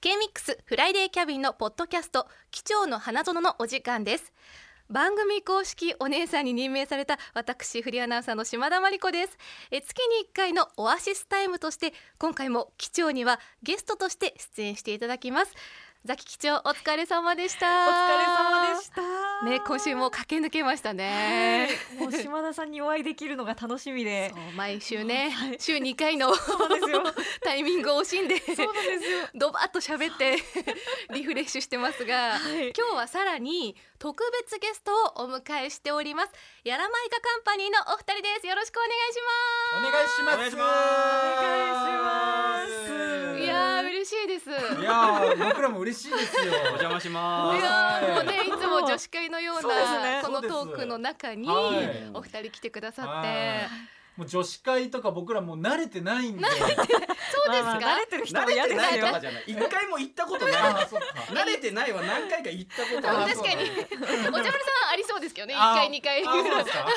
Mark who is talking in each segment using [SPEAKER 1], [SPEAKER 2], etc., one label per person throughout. [SPEAKER 1] K-MIX フライデーキャビンのポッドキャスト機長の花園のお時間です番組公式お姉さんに任命された私フリーアナウンサーの島田真理子ですえ月に1回のオアシスタイムとして今回も機長にはゲストとして出演していただきますザキ機長お疲れ様でした
[SPEAKER 2] お疲れ様でした。
[SPEAKER 1] ね今週も駆け抜けました
[SPEAKER 2] は
[SPEAKER 1] ね
[SPEAKER 2] い。もう島田さんにお会いできるのが楽しみで
[SPEAKER 1] そ。う毎週ね、
[SPEAKER 2] はい
[SPEAKER 1] 週2回の
[SPEAKER 2] そうなんですよ。
[SPEAKER 1] タイミングを惜しんで
[SPEAKER 2] そうなんですよ。
[SPEAKER 1] ドバッと喋って リフレッシュしてますが
[SPEAKER 2] はい。
[SPEAKER 1] 今日はさらに特別ゲストをお迎えしておりますやらまいかカンパニーのお二人ですよろしくお願いし
[SPEAKER 3] お願いします。
[SPEAKER 4] お願いします
[SPEAKER 2] お願
[SPEAKER 1] ま
[SPEAKER 2] い
[SPEAKER 1] す
[SPEAKER 2] し
[SPEAKER 1] いやー嬉しいです
[SPEAKER 3] いやー僕らも嬉しいですよ。
[SPEAKER 4] お邪魔しま
[SPEAKER 3] ー
[SPEAKER 1] い
[SPEAKER 4] す。
[SPEAKER 1] やーもうねいつも女子会のよう
[SPEAKER 2] そうです
[SPEAKER 1] な
[SPEAKER 2] ね
[SPEAKER 1] このトークの中に
[SPEAKER 3] そうです
[SPEAKER 1] お二人来てくださっ
[SPEAKER 3] はい
[SPEAKER 1] て
[SPEAKER 3] もう女子会とか僕らもう慣れてないんで。
[SPEAKER 1] そうです
[SPEAKER 2] まあ
[SPEAKER 1] か
[SPEAKER 2] 慣れてる人
[SPEAKER 4] 慣
[SPEAKER 2] も
[SPEAKER 4] れ
[SPEAKER 2] 嫌
[SPEAKER 4] て
[SPEAKER 2] で
[SPEAKER 4] な
[SPEAKER 2] す
[SPEAKER 4] い
[SPEAKER 2] よ
[SPEAKER 4] と。かじゃない。一回も行ったことない。
[SPEAKER 3] あーそっか。
[SPEAKER 4] 慣れてないは何回か行ったことある。
[SPEAKER 1] 確かにお茶丸さんありそうですけどね一
[SPEAKER 3] あー
[SPEAKER 1] 回二回
[SPEAKER 3] あーそうですか。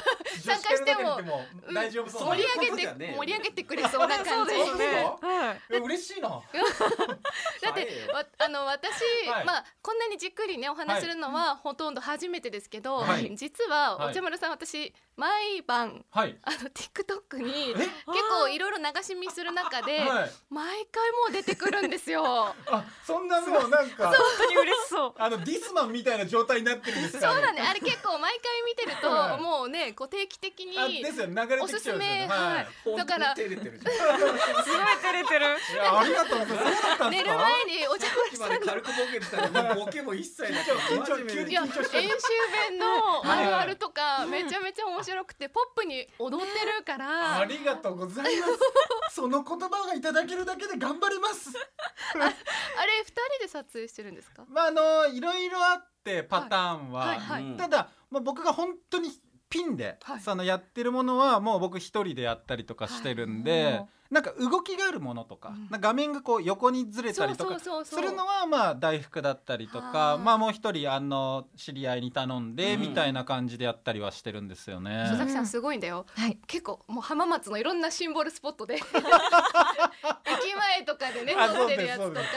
[SPEAKER 1] 参加しても
[SPEAKER 3] 女子会の中にい
[SPEAKER 1] うん
[SPEAKER 3] 大丈夫そうな。
[SPEAKER 1] 盛り上
[SPEAKER 4] そう
[SPEAKER 1] げ
[SPEAKER 4] だ
[SPEAKER 1] て
[SPEAKER 4] ね
[SPEAKER 1] 盛り上げてくれそうな感じ
[SPEAKER 3] そうですね
[SPEAKER 2] はい。
[SPEAKER 3] え嬉しいな。
[SPEAKER 1] だってわあの私、
[SPEAKER 3] はい
[SPEAKER 1] まあこんなにじっくりねお話しするのはほとんど初めてですけど、
[SPEAKER 3] はい
[SPEAKER 1] 実は
[SPEAKER 3] はい
[SPEAKER 1] お茶丸さん私毎晩
[SPEAKER 3] はい。
[SPEAKER 1] あの TikTok に
[SPEAKER 3] え
[SPEAKER 1] 結構いろいろ流し見する中で
[SPEAKER 3] はい。
[SPEAKER 1] 毎回もう出てくるんですよ。
[SPEAKER 3] あ そんなもうなんか
[SPEAKER 2] 本当に嬉しそう。
[SPEAKER 3] あのディスマンみたいな状態になってるんですか。
[SPEAKER 1] そうだねあれ結構毎回見てると、
[SPEAKER 3] はい
[SPEAKER 1] もうねこう定期的
[SPEAKER 3] あ
[SPEAKER 1] に
[SPEAKER 3] ですよね流れてきちゃう
[SPEAKER 1] お
[SPEAKER 3] んですよ
[SPEAKER 1] すすめ
[SPEAKER 3] ね。
[SPEAKER 1] はいだか
[SPEAKER 4] だからら照れてるじゃん。
[SPEAKER 2] すごい照れてる。
[SPEAKER 3] いやありがとうございます。そうだったんで
[SPEAKER 1] 寝
[SPEAKER 3] す
[SPEAKER 1] る
[SPEAKER 3] か。
[SPEAKER 1] 前にお茶丸さ
[SPEAKER 4] 今
[SPEAKER 1] ん
[SPEAKER 4] まで軽くボケてたらもうボケも一切なく
[SPEAKER 3] 緊張
[SPEAKER 4] 真面目
[SPEAKER 3] 緊張
[SPEAKER 4] に
[SPEAKER 1] いや
[SPEAKER 3] 緊
[SPEAKER 1] 演
[SPEAKER 3] 張
[SPEAKER 1] 習
[SPEAKER 3] してる
[SPEAKER 1] 弁のあ
[SPEAKER 3] はい
[SPEAKER 1] るあるとかめちゃめちゃ面白くてポップに踊ってるから、
[SPEAKER 3] ありがとうござい ます。その言葉がいただけるだけで頑張れます。
[SPEAKER 1] あれ二人で撮影してるんですか
[SPEAKER 3] まああのいろいろあってパターンは、
[SPEAKER 1] はいはい
[SPEAKER 4] うん
[SPEAKER 3] ただ、まあ、僕が本当にピンで、
[SPEAKER 1] はい
[SPEAKER 3] そのやってるものはもう僕一人でやったりとかしてるんで、
[SPEAKER 2] はい
[SPEAKER 3] なんか動きがあるものとか,、
[SPEAKER 1] うん
[SPEAKER 3] 画面がこう横にずれたりとか
[SPEAKER 1] そう
[SPEAKER 3] するのはまあ大福だったりと
[SPEAKER 1] あ
[SPEAKER 3] か
[SPEAKER 1] ー
[SPEAKER 3] まあもう一人あの知り合いに頼んで
[SPEAKER 4] うん
[SPEAKER 3] みたいな感じでやったりはしてるんですよね。
[SPEAKER 1] 佐々木さ
[SPEAKER 2] うんん
[SPEAKER 1] すごいんだよ
[SPEAKER 2] はい。
[SPEAKER 1] 結構もう浜松のいろんなシンボルスポット で駅前とかでね
[SPEAKER 3] あ
[SPEAKER 1] 撮ってるやつと
[SPEAKER 3] そう
[SPEAKER 1] か
[SPEAKER 3] です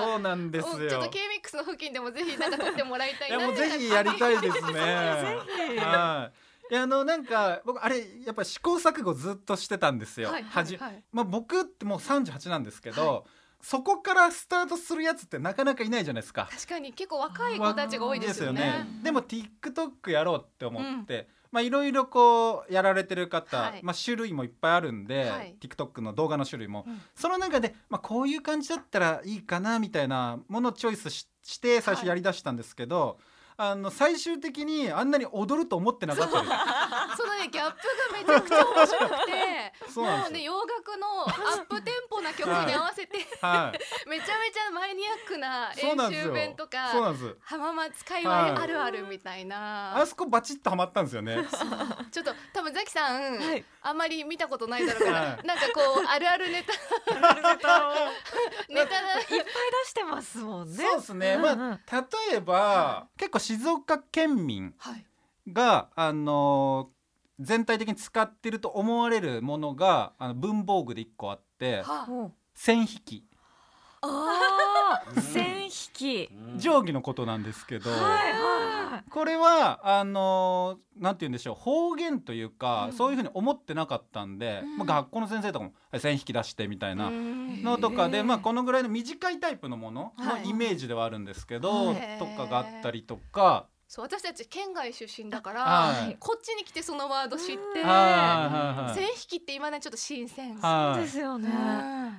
[SPEAKER 3] そうなんです
[SPEAKER 1] うんちょっ
[SPEAKER 3] よ
[SPEAKER 1] と。K-MIX の付近でもぜひなんか撮ってもらいたい
[SPEAKER 3] い
[SPEAKER 1] な
[SPEAKER 3] やもうぜひやりた いですね。はい。いやあのなんか僕あれやっぱ試行錯誤ずっとしてたんですよ。
[SPEAKER 1] はいは
[SPEAKER 3] はいじ
[SPEAKER 1] はい
[SPEAKER 3] まあ僕ってもう38なんですけど、そこからスタートするやつってなかなかいないじゃないですか。
[SPEAKER 1] 確かに結構若い子たちが多いですよね
[SPEAKER 3] ですよでも TikTok やろうって思って、まあいろいろこうやられてる方、
[SPEAKER 1] はい
[SPEAKER 3] まあ種類もいっぱいあるんで、
[SPEAKER 1] はい
[SPEAKER 3] TikTok の動画の種類も、
[SPEAKER 1] うん
[SPEAKER 3] その中でまあこういう感じだったらいいかなみたいなものをチョイスしして最初やりだしたんですけど、あの最終的にあんなに踊ると思ってなかったです。
[SPEAKER 1] そのねギャップがめちゃくちゃ面白くて
[SPEAKER 3] そうなんですよ
[SPEAKER 1] もうね洋楽のアップテンポな曲に合わせて
[SPEAKER 3] はい。
[SPEAKER 1] めちゃめちゃマニ
[SPEAKER 3] そう
[SPEAKER 1] アック
[SPEAKER 3] な
[SPEAKER 1] なん
[SPEAKER 3] で
[SPEAKER 1] 練
[SPEAKER 3] す
[SPEAKER 1] 習
[SPEAKER 3] よ
[SPEAKER 1] 弁とか
[SPEAKER 3] そうなんです。
[SPEAKER 1] 浜松界隈あるあるみたいな、
[SPEAKER 3] あそこバチッとはまったんですよね。
[SPEAKER 1] ちょっと多分ザキさん、
[SPEAKER 2] はい
[SPEAKER 1] あんまり見たことないだろうから、
[SPEAKER 3] はい
[SPEAKER 1] なんかこうあるあるネ タ
[SPEAKER 2] ネタをいっ
[SPEAKER 1] ネタだ
[SPEAKER 2] ぱい出してますもんね。
[SPEAKER 3] そうです
[SPEAKER 2] う
[SPEAKER 3] ね。
[SPEAKER 2] んうん
[SPEAKER 3] まあ例えば結構静岡県民
[SPEAKER 1] はい
[SPEAKER 3] があのー全体的に使ってると思われるものがあの文房具で一個あって
[SPEAKER 1] は
[SPEAKER 2] もう
[SPEAKER 3] 線引き
[SPEAKER 2] あ
[SPEAKER 4] うん
[SPEAKER 2] あ、線引き。
[SPEAKER 3] 定規のことなんですけど。
[SPEAKER 2] はいは
[SPEAKER 3] これはあのーなんて言うんでしょう方言というか、
[SPEAKER 1] うん
[SPEAKER 3] そういうふうに思ってなかったんで、
[SPEAKER 1] うん
[SPEAKER 3] まあ、学校の先生とかもはい線引き出してみたいな
[SPEAKER 1] の
[SPEAKER 3] のとか
[SPEAKER 2] へ
[SPEAKER 3] で、
[SPEAKER 2] ー
[SPEAKER 3] まあ、このぐらいの短いタイプのもの
[SPEAKER 1] は
[SPEAKER 3] の
[SPEAKER 1] い
[SPEAKER 3] イメージではあるんですけど、
[SPEAKER 1] へー
[SPEAKER 3] とかがあったりとか、
[SPEAKER 1] そう私たち県外出身だから、
[SPEAKER 3] はい
[SPEAKER 1] こっちに来てそのワード知って、
[SPEAKER 2] うん
[SPEAKER 3] はいはいはい
[SPEAKER 1] 線引きって今ねちょっと新鮮、
[SPEAKER 2] い。
[SPEAKER 3] は
[SPEAKER 2] そう
[SPEAKER 3] い
[SPEAKER 2] ですよね。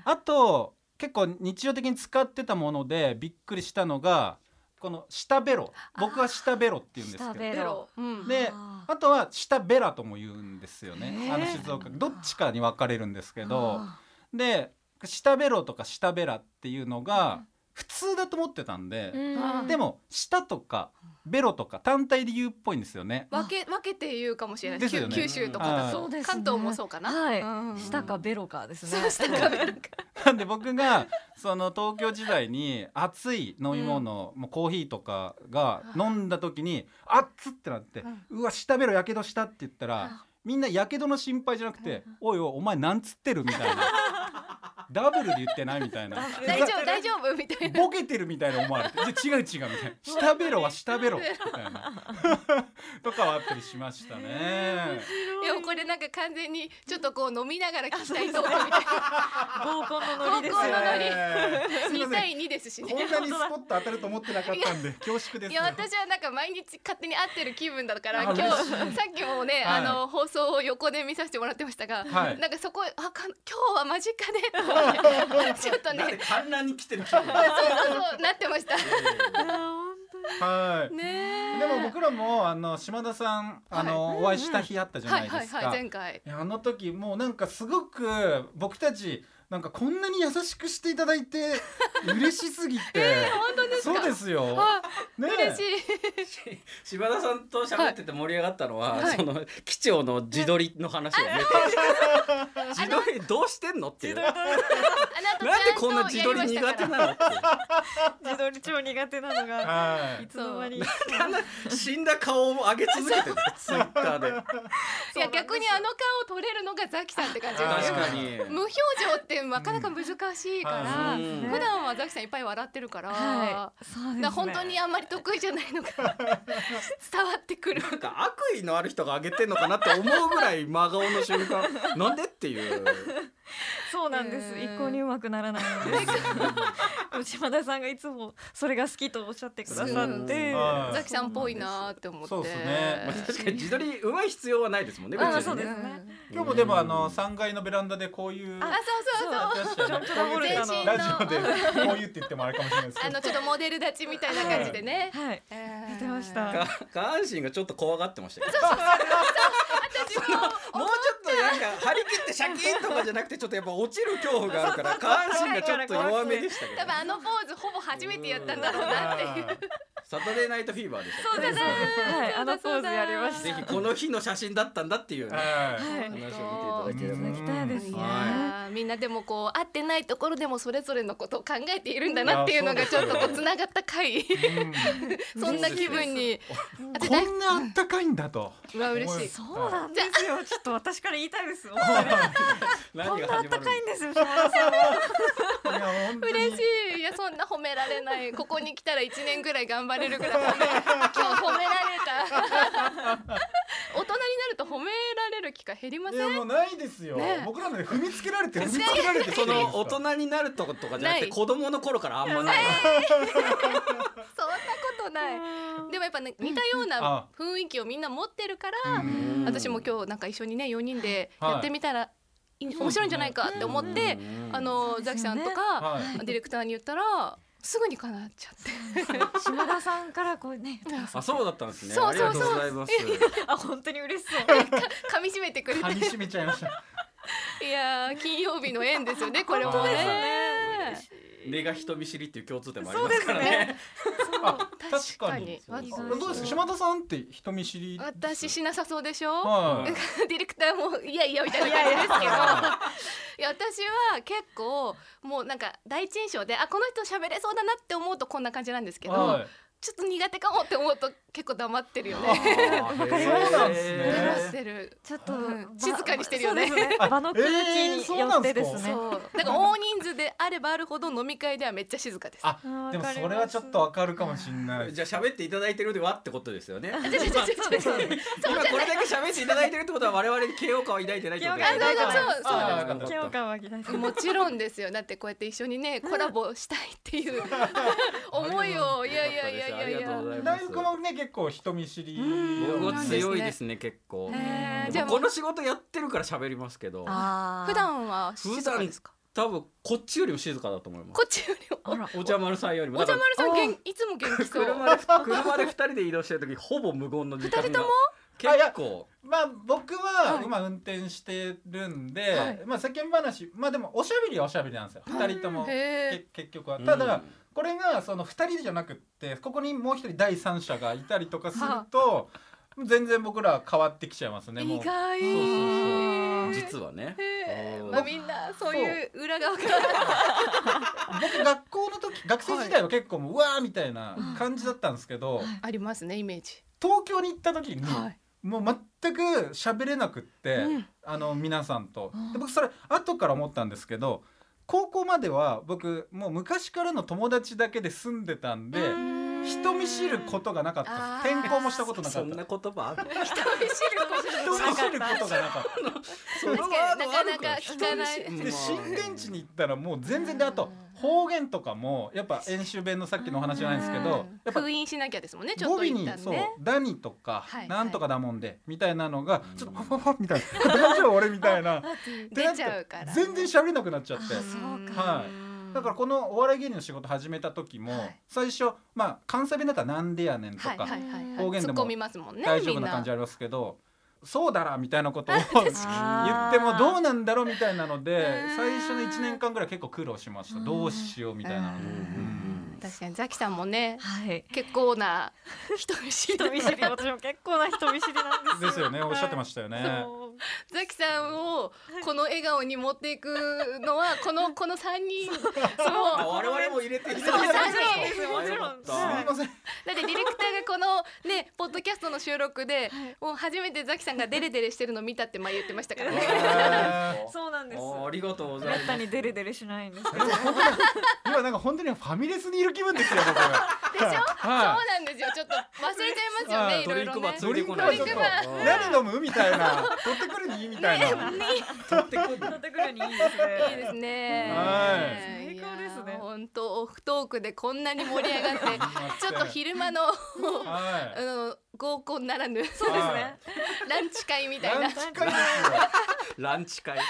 [SPEAKER 3] あと結構日常的に使ってたものでびっくりしたのがこの下ベロ僕は下ベロって言うんです
[SPEAKER 2] 下
[SPEAKER 3] けど
[SPEAKER 2] ベ
[SPEAKER 1] ベロ、うん、
[SPEAKER 3] で
[SPEAKER 2] あー
[SPEAKER 3] あとは下ベラとも言うんですよね
[SPEAKER 2] へー
[SPEAKER 3] あの静岡どっちかに分かれるんですけど
[SPEAKER 2] あ
[SPEAKER 3] で下ベロとか下ベラっていうのが普通だと思ってたんで、
[SPEAKER 2] ーうん
[SPEAKER 3] でも舌とかベロとか単体で言うっぽいんですよね。
[SPEAKER 1] 分け分けて言うかもしれない
[SPEAKER 3] ですよね
[SPEAKER 1] 九九州とかだと、
[SPEAKER 2] はい
[SPEAKER 1] 関東もそうかな、
[SPEAKER 2] はい
[SPEAKER 1] うんうん
[SPEAKER 2] 下かベロかです
[SPEAKER 1] そう
[SPEAKER 2] ね。
[SPEAKER 1] 下かベロか
[SPEAKER 3] なんで僕がその東京時代に熱い飲み物、もうコーヒーとかが飲んだ時に熱っってなって
[SPEAKER 1] うん
[SPEAKER 3] 「うわ下ベロやけどした」って言ったら
[SPEAKER 1] あ
[SPEAKER 3] みんなやけどの心配じゃなくて「おいおいお前なんつってる」みたいなダブルで言ってないみたいな
[SPEAKER 1] 大丈夫大丈夫みたいな
[SPEAKER 3] ボケてるみたいな思われてじゃあ違う違うみたいな下ベロは下ベロみたいな とかはあったりしましたね。
[SPEAKER 1] でもこれなんか完全にちょっとこう飲みながら聞きたいところみたい
[SPEAKER 2] 合コンのノリですよ
[SPEAKER 1] 合コンのノリ
[SPEAKER 3] えーす い
[SPEAKER 1] な2
[SPEAKER 3] ません
[SPEAKER 1] 対2ですしね
[SPEAKER 3] こんなにスポット当たると思ってなかったんで恐縮です。
[SPEAKER 1] いや私はなんか毎日勝手に会ってる気分だから
[SPEAKER 3] あ
[SPEAKER 1] 今日
[SPEAKER 3] 嬉
[SPEAKER 1] さ
[SPEAKER 3] しい
[SPEAKER 1] っきもね、
[SPEAKER 3] はい
[SPEAKER 1] あの放送を横で見させてもらってましたが、
[SPEAKER 3] はい
[SPEAKER 1] なんかそこあか今日は間近でと思ってちょっと
[SPEAKER 4] なんで
[SPEAKER 1] ね
[SPEAKER 4] 観覧に来てる気分
[SPEAKER 1] そうそうそうなってました
[SPEAKER 2] いや本
[SPEAKER 3] はい。
[SPEAKER 1] ねえ
[SPEAKER 3] でも僕らもあの島田さんあの、お会いした日あったじゃ
[SPEAKER 1] は
[SPEAKER 3] ないいで
[SPEAKER 1] はい
[SPEAKER 3] すか。
[SPEAKER 1] はい前回
[SPEAKER 3] いやあの時もうなんかすごく僕たちなんかこんなに優しくしていただ いて嬉しすぎて、
[SPEAKER 1] 本当ですか
[SPEAKER 3] そうですよ。
[SPEAKER 1] あ
[SPEAKER 3] ね
[SPEAKER 1] 嬉しい
[SPEAKER 4] 柴田さんと喋ってて盛り上がったのは、
[SPEAKER 1] はい
[SPEAKER 4] その機長の自撮りの話をね、自撮りどうしてんのっていうなんで
[SPEAKER 1] あなた
[SPEAKER 4] こんな
[SPEAKER 1] ち
[SPEAKER 4] 自
[SPEAKER 1] ゃん
[SPEAKER 4] 撮
[SPEAKER 1] とやり
[SPEAKER 4] り
[SPEAKER 1] ましたか
[SPEAKER 4] 苦手なのって
[SPEAKER 2] 当自撮り超苦手なのが
[SPEAKER 3] はい
[SPEAKER 2] い。つの間に
[SPEAKER 4] いう死んだ顔を上げ続けてるツイッターで
[SPEAKER 1] らいや逆にあの顔を撮れるのがザキさんって感じ
[SPEAKER 3] あー
[SPEAKER 4] 確かに
[SPEAKER 1] 無表情ってなかなか難しいから、
[SPEAKER 4] うんはい
[SPEAKER 1] 普段はザキさんいっぱい笑ってるから、
[SPEAKER 2] はいそうですね
[SPEAKER 1] な本当にあんまり得意じゃないの が伝わってくる
[SPEAKER 4] なんか悪意のある人が上げてんのかなって思うぐらい真顔の瞬間なんでっていう
[SPEAKER 2] そうなんです、
[SPEAKER 1] へー
[SPEAKER 2] 一向にうまくならないんですでも島田さんがいつもそれが好きとおっしゃってくださって
[SPEAKER 3] うんはい
[SPEAKER 1] ザキさんっぽいなーって思って
[SPEAKER 3] そうっすね
[SPEAKER 4] まあ確かに自撮り上手い必要はないですもんね
[SPEAKER 2] あー
[SPEAKER 4] 別に
[SPEAKER 2] そうですね
[SPEAKER 3] 今日もでもあの三階のベランダでこういう
[SPEAKER 1] あそうそうそう
[SPEAKER 3] やってましたよね
[SPEAKER 2] ちょっと
[SPEAKER 3] こういう
[SPEAKER 2] 全
[SPEAKER 1] 身の
[SPEAKER 3] ラジオでこういうって言ってもあれかもしれないです
[SPEAKER 1] あ
[SPEAKER 3] けど
[SPEAKER 1] のちょっとモデル立ちみたいな感じでね、
[SPEAKER 2] はい
[SPEAKER 1] や
[SPEAKER 2] ってました
[SPEAKER 4] か下半身がちょっと怖がってました けど
[SPEAKER 1] 私も
[SPEAKER 4] もうちょっとなんか張り切ってシャキーンとかじゃなくてちょっとやっぱ落ちる恐怖があ るから下半身がちょっと弱めでしたけど
[SPEAKER 1] 多分あのポーズほぼ初めてやったんだろうなっていう
[SPEAKER 4] サタデーナイトフィーバーでしたっ
[SPEAKER 1] そうだ
[SPEAKER 2] はいあのポーズやりま
[SPEAKER 4] け
[SPEAKER 2] し
[SPEAKER 4] ぜ
[SPEAKER 2] た
[SPEAKER 4] ひこの日の写真だったんだっていうね
[SPEAKER 3] はい
[SPEAKER 2] は
[SPEAKER 4] 話を
[SPEAKER 2] い
[SPEAKER 4] 見ていただければ
[SPEAKER 3] うん
[SPEAKER 2] 行きたいですね、
[SPEAKER 1] やーみんなでもこう会ってないところでもそれぞれのことを考えているんだなっていうのがちょっとこうつながった回そんな気分にあ
[SPEAKER 3] うん
[SPEAKER 1] と
[SPEAKER 3] こ
[SPEAKER 1] 大
[SPEAKER 3] んなあったかいんだと
[SPEAKER 1] うわ嬉しい
[SPEAKER 2] そうなんですよちょっと私から言いたいですもうこんな暖かいんですよ島田さん
[SPEAKER 3] いや本当に
[SPEAKER 1] 嬉しいいやそんな褒められないここに来たら1年ぐらい頑張れるぐらい褒め 今日褒められた大人になると褒められる機会減りま
[SPEAKER 3] い
[SPEAKER 1] せん
[SPEAKER 3] やもうないですよ
[SPEAKER 1] ね
[SPEAKER 3] 僕らので踏みつけられて踏みつけられて
[SPEAKER 4] その大
[SPEAKER 3] 人
[SPEAKER 4] 人になるとことかじゃなく
[SPEAKER 1] な
[SPEAKER 4] て
[SPEAKER 1] い
[SPEAKER 4] 子供の頃からあんまない
[SPEAKER 1] そんなことないでもやっぱ、ね、似たような雰囲気をみんな持ってるから、
[SPEAKER 4] うん
[SPEAKER 1] 私も今日なんか一緒にね4人でやってみたら、い面白いんじゃないかって思って、
[SPEAKER 4] うん
[SPEAKER 1] あの、
[SPEAKER 2] そう
[SPEAKER 1] ザ
[SPEAKER 2] で
[SPEAKER 1] キ
[SPEAKER 2] すよ
[SPEAKER 1] さん
[SPEAKER 2] ね
[SPEAKER 1] とか、
[SPEAKER 3] はい
[SPEAKER 1] ディレクターに言ったらすぐに叶っちゃって
[SPEAKER 2] 島田さんからこうね
[SPEAKER 4] あそうだったんですね
[SPEAKER 1] そ
[SPEAKER 4] あ
[SPEAKER 1] う
[SPEAKER 4] り
[SPEAKER 1] そう
[SPEAKER 4] が
[SPEAKER 1] そ
[SPEAKER 4] と
[SPEAKER 1] う
[SPEAKER 4] うございます
[SPEAKER 2] あ本当に嬉しそう
[SPEAKER 1] 噛み締めてくれて
[SPEAKER 3] 噛み締めちゃい ました
[SPEAKER 1] いやー金曜日の縁ですよねこれも
[SPEAKER 3] そうです
[SPEAKER 1] ね。
[SPEAKER 4] 根が人見知りっていう共通点もあり
[SPEAKER 2] そう
[SPEAKER 4] ま
[SPEAKER 2] ですす
[SPEAKER 4] からね
[SPEAKER 2] ね
[SPEAKER 3] あ
[SPEAKER 1] 確かに
[SPEAKER 4] 確か
[SPEAKER 2] に
[SPEAKER 3] どうですか島田さんって人見知り
[SPEAKER 1] 私しなさそうでしょ、
[SPEAKER 3] はい
[SPEAKER 1] ディレクターもいやいやみたいな感じですけどいや私は結構もうなんか第一印象であこの人喋れそうだなって思うとこんな感じなんですけど、
[SPEAKER 3] はい
[SPEAKER 1] ちょっと苦手かもって思うと結構黙ってるよね。
[SPEAKER 4] わ
[SPEAKER 2] かりました
[SPEAKER 3] そうなんですねへー
[SPEAKER 1] 黙ってる
[SPEAKER 2] ちょっと
[SPEAKER 1] うん
[SPEAKER 2] ば
[SPEAKER 1] 静かにしてるよね
[SPEAKER 2] そうです場の空気によってです
[SPEAKER 3] えー
[SPEAKER 2] ね。
[SPEAKER 1] そうだから大人数であればあるほど飲み会ではめっちゃ静かです。
[SPEAKER 3] あ
[SPEAKER 2] あー
[SPEAKER 3] でもそれはちょっとわ。かるかもしれない
[SPEAKER 4] じゃあ喋っていただいてるではってことです よね。今
[SPEAKER 1] 違う違う違う違う
[SPEAKER 4] これだけ喋っていただいてるってことは我々に慶応感を抱いてないってこと
[SPEAKER 2] 嫌悪感
[SPEAKER 1] そうそうそう
[SPEAKER 3] あーよかった
[SPEAKER 2] 今日からは嫌い
[SPEAKER 1] もちろんですよだってこうやって一緒にねコラボしたいっていう 思いをいやいやいやいやい
[SPEAKER 4] ありがとうござ
[SPEAKER 1] や
[SPEAKER 4] いま
[SPEAKER 3] 大
[SPEAKER 4] す
[SPEAKER 3] 福もね結構人見知り
[SPEAKER 1] うん
[SPEAKER 4] 僕は強いですね結構。
[SPEAKER 1] へー
[SPEAKER 4] で
[SPEAKER 1] じゃあ
[SPEAKER 4] も
[SPEAKER 1] もう
[SPEAKER 4] この仕事やってるから喋りますけど、
[SPEAKER 2] あー
[SPEAKER 1] 普段は静
[SPEAKER 4] 普
[SPEAKER 1] か
[SPEAKER 4] 段
[SPEAKER 1] ですか
[SPEAKER 4] 多分こっちよりも静かだと思います。
[SPEAKER 1] こっちよりも
[SPEAKER 2] あら
[SPEAKER 4] お茶丸さんよりも。
[SPEAKER 1] お茶丸さん
[SPEAKER 2] あ
[SPEAKER 1] げんいつも元気そう
[SPEAKER 4] だから車で車で二人で移動してる時ほぼ無言の時間が。
[SPEAKER 1] 二人とも
[SPEAKER 4] 結構。
[SPEAKER 3] まあ僕
[SPEAKER 1] は
[SPEAKER 3] はい今運転してるんで、
[SPEAKER 1] はい
[SPEAKER 3] まあ世間話まあでもおしゃべりはおしゃべりなんですよ二人とも
[SPEAKER 1] へ
[SPEAKER 3] け結局はただ、
[SPEAKER 4] うん
[SPEAKER 3] これがその二人じゃなくってここにもう一人第三者がいたりとかすると全然僕ら変わってきちゃいますね
[SPEAKER 1] え
[SPEAKER 3] もう
[SPEAKER 1] 意外
[SPEAKER 3] そう
[SPEAKER 2] そうそう
[SPEAKER 4] 実は ね。
[SPEAKER 1] へ
[SPEAKER 4] お
[SPEAKER 1] ー
[SPEAKER 4] ー
[SPEAKER 1] まあみんなそういう裏側から
[SPEAKER 3] 僕学校の時学生時代は結構もう、うわーみたいな感じだったんですけど、
[SPEAKER 1] ありますねイメージ
[SPEAKER 3] 東京に行った時に、
[SPEAKER 1] はい
[SPEAKER 3] もう全く喋れなくって、
[SPEAKER 1] うん
[SPEAKER 3] あの皆さんと
[SPEAKER 2] うん
[SPEAKER 3] で僕それ後から思ったんですけど高校までは僕もう昔からの友達だけで住んでたんで人見知ることがなかった
[SPEAKER 1] あ
[SPEAKER 3] です
[SPEAKER 1] ー
[SPEAKER 3] 転校もしたことなか
[SPEAKER 4] そ
[SPEAKER 3] っ
[SPEAKER 4] ん
[SPEAKER 3] た
[SPEAKER 4] な言葉ある
[SPEAKER 3] 人見知ることがなかった
[SPEAKER 4] そ
[SPEAKER 1] 確かに
[SPEAKER 4] のワード
[SPEAKER 1] なか
[SPEAKER 4] ある
[SPEAKER 1] な
[SPEAKER 4] から
[SPEAKER 1] か聞かない
[SPEAKER 4] 人見知
[SPEAKER 3] で
[SPEAKER 4] る
[SPEAKER 3] 新天地に行ったらもう全然で
[SPEAKER 1] うん
[SPEAKER 3] あと方言とかもやっぱ演習弁のさっきのお話じゃないですけどやっぱ
[SPEAKER 1] 封印しなきゃですもんねちょ
[SPEAKER 3] 語
[SPEAKER 1] っと
[SPEAKER 3] 尾
[SPEAKER 1] 一
[SPEAKER 3] に
[SPEAKER 1] 旦
[SPEAKER 3] そう
[SPEAKER 1] ね
[SPEAKER 3] 「ダニ」とか
[SPEAKER 1] はいは
[SPEAKER 3] 「
[SPEAKER 1] い
[SPEAKER 3] なんとかだもんで」みたいなのが
[SPEAKER 4] うん
[SPEAKER 3] ちょっと「ファファファみたいな「大丈夫俺」みたいなって
[SPEAKER 1] 出
[SPEAKER 3] なっ
[SPEAKER 1] ち
[SPEAKER 3] て
[SPEAKER 1] ゃうから
[SPEAKER 3] 全然喋れなくなっちゃって
[SPEAKER 2] あそうか、
[SPEAKER 3] はい
[SPEAKER 2] い
[SPEAKER 3] だからこのお笑い芸人の仕事始めた時も
[SPEAKER 1] はい
[SPEAKER 3] 最初まあ関西弁だったら「なんでやねん」と
[SPEAKER 1] はいはい
[SPEAKER 3] か
[SPEAKER 1] はいはい
[SPEAKER 3] 方言でも
[SPEAKER 1] 突っ込みますもんね
[SPEAKER 3] 大丈夫な感じ
[SPEAKER 1] みん
[SPEAKER 3] ありますけど「そうだら」みたい なことを言
[SPEAKER 2] あ
[SPEAKER 3] っ
[SPEAKER 2] ー
[SPEAKER 3] てもどうなんだろうみたいなので
[SPEAKER 1] うん
[SPEAKER 3] 最初の1年間ぐらい結構苦労しました
[SPEAKER 2] うん
[SPEAKER 3] どうしようみたいなの
[SPEAKER 1] う
[SPEAKER 3] で
[SPEAKER 1] ん
[SPEAKER 4] うん
[SPEAKER 1] 確かにザキさんもね
[SPEAKER 2] はい
[SPEAKER 1] 結構な人見知り
[SPEAKER 2] 人見知り私も結構な人見知りなんですよ
[SPEAKER 3] ですよねおっしゃってま
[SPEAKER 2] し
[SPEAKER 3] したよ
[SPEAKER 2] た
[SPEAKER 3] ね。
[SPEAKER 1] ザキさんをこの笑顔に持っていくのはこ のこの三人そう
[SPEAKER 4] あ
[SPEAKER 1] だ
[SPEAKER 4] 我々も入れていいです
[SPEAKER 1] そう
[SPEAKER 2] もち
[SPEAKER 1] 三
[SPEAKER 2] ろん
[SPEAKER 1] 人
[SPEAKER 2] ですもちろん
[SPEAKER 4] す
[SPEAKER 3] すみません
[SPEAKER 1] ってディレクターがこのねポッドキャストの収録でもう初めてザキさんがデレデレしてるの見たって前言ってましたからね
[SPEAKER 2] そうなんです
[SPEAKER 4] あありがとうござ
[SPEAKER 2] め
[SPEAKER 4] い
[SPEAKER 2] っ
[SPEAKER 4] ま
[SPEAKER 2] た
[SPEAKER 4] す
[SPEAKER 2] にデレデレしないん ですけど
[SPEAKER 3] 今なんか本当にファミレスにいる気分ですよ僕
[SPEAKER 1] でしょそう
[SPEAKER 3] は
[SPEAKER 1] なんですよちょっと忘れちゃいますよねい
[SPEAKER 4] ド
[SPEAKER 1] ろ
[SPEAKER 4] リ
[SPEAKER 1] い
[SPEAKER 4] ン
[SPEAKER 1] ろ
[SPEAKER 4] クバー
[SPEAKER 1] ね
[SPEAKER 4] ついてこない
[SPEAKER 1] ドリンクバ
[SPEAKER 3] い何飲むみたいな取ってくるにいいみたいな
[SPEAKER 4] 取ってくる
[SPEAKER 2] 乗ってくるにいいです
[SPEAKER 1] いい
[SPEAKER 2] ね
[SPEAKER 1] ですね
[SPEAKER 3] はい
[SPEAKER 2] 最高ですね
[SPEAKER 1] いやー本当オフトークでこんなに盛り上がってちょっと昼間のあ
[SPEAKER 3] はい
[SPEAKER 1] の合コンならぬ
[SPEAKER 2] そうですね
[SPEAKER 1] ランチ会みたい
[SPEAKER 3] ラ
[SPEAKER 1] な
[SPEAKER 3] ンチ
[SPEAKER 1] ち
[SPEAKER 3] 会
[SPEAKER 2] 会
[SPEAKER 4] ランチ会
[SPEAKER 1] ょ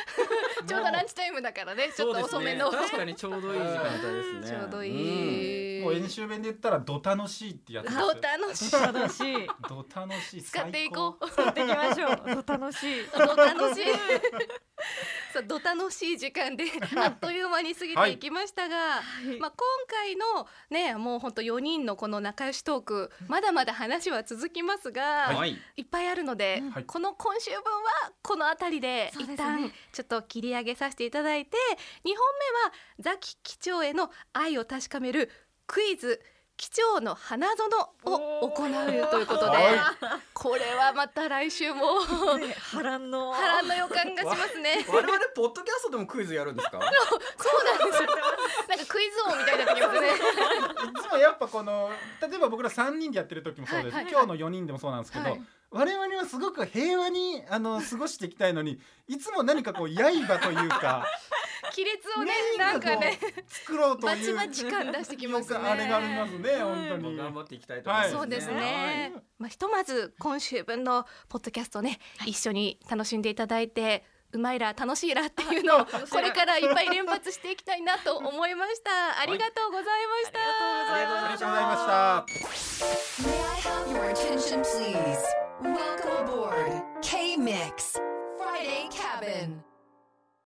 [SPEAKER 1] うどランチタイムだからねちょっと遅めの、
[SPEAKER 4] そうですね確かにちょうどいい時間帯です
[SPEAKER 1] ち
[SPEAKER 4] ね
[SPEAKER 1] ょうど
[SPEAKER 4] うん
[SPEAKER 1] いい、
[SPEAKER 3] もう演習弁で言ったらド楽しいってやつです
[SPEAKER 1] どう楽しい
[SPEAKER 2] 楽しい
[SPEAKER 3] ド楽しい
[SPEAKER 1] 使っていこう
[SPEAKER 2] やっていきましょう楽しい
[SPEAKER 1] ど楽しい そうど楽しい時間 であっという間に過ぎていきましたが、まあ、今回のねもう本当4人のこの仲良しトークまだまだ話は続きますが、、
[SPEAKER 4] はいい
[SPEAKER 1] っぱいあるので、
[SPEAKER 3] はい
[SPEAKER 1] この今週分はこの辺りで
[SPEAKER 2] そうですね
[SPEAKER 1] 一旦ちょっと切り上げさせていただいて、2本目はザキ機長への愛を確かめるクイズ機長の花園を行うということで、
[SPEAKER 3] は
[SPEAKER 1] これはまた来週も
[SPEAKER 2] ね波乱の
[SPEAKER 1] 波乱の予感がしますね。
[SPEAKER 4] 我々ポッドキャストでもクイズやるんです
[SPEAKER 1] そ
[SPEAKER 4] か
[SPEAKER 1] うなんですよ。なんかクイズ王みたいになってきますね。
[SPEAKER 3] いつもやっぱこの例えば僕ら3人でやってる時もそうです、
[SPEAKER 1] はいはい
[SPEAKER 3] 今日の4人でもそうなんですけど、
[SPEAKER 1] はい
[SPEAKER 3] 我々はすごく平和にあの過ごしていきたいのにいつも何かこう刃というか
[SPEAKER 1] 亀裂をね、な
[SPEAKER 3] 何
[SPEAKER 1] んか
[SPEAKER 3] こ
[SPEAKER 1] ね、
[SPEAKER 3] う作ろうと
[SPEAKER 1] バ
[SPEAKER 3] い
[SPEAKER 1] チ
[SPEAKER 3] う
[SPEAKER 1] バチ感出してきますね。
[SPEAKER 3] あれがありますね、本当
[SPEAKER 4] もう
[SPEAKER 3] に。
[SPEAKER 4] 頑張っていきたいと思います
[SPEAKER 3] はい
[SPEAKER 1] そうです
[SPEAKER 4] はい
[SPEAKER 1] ね。まあひとまず今週分のポッドキャストね、一緒に楽しんでいただいて。うまいら楽しいらっていうのをこれからいっぱい連発していきたいなと思いました。ありがとうございました。
[SPEAKER 4] ありがとうございまし
[SPEAKER 3] あ
[SPEAKER 4] た
[SPEAKER 3] りがとうございました。
[SPEAKER 5] May I have your attention, please? Welcome aboard K Mix Friday Cabin.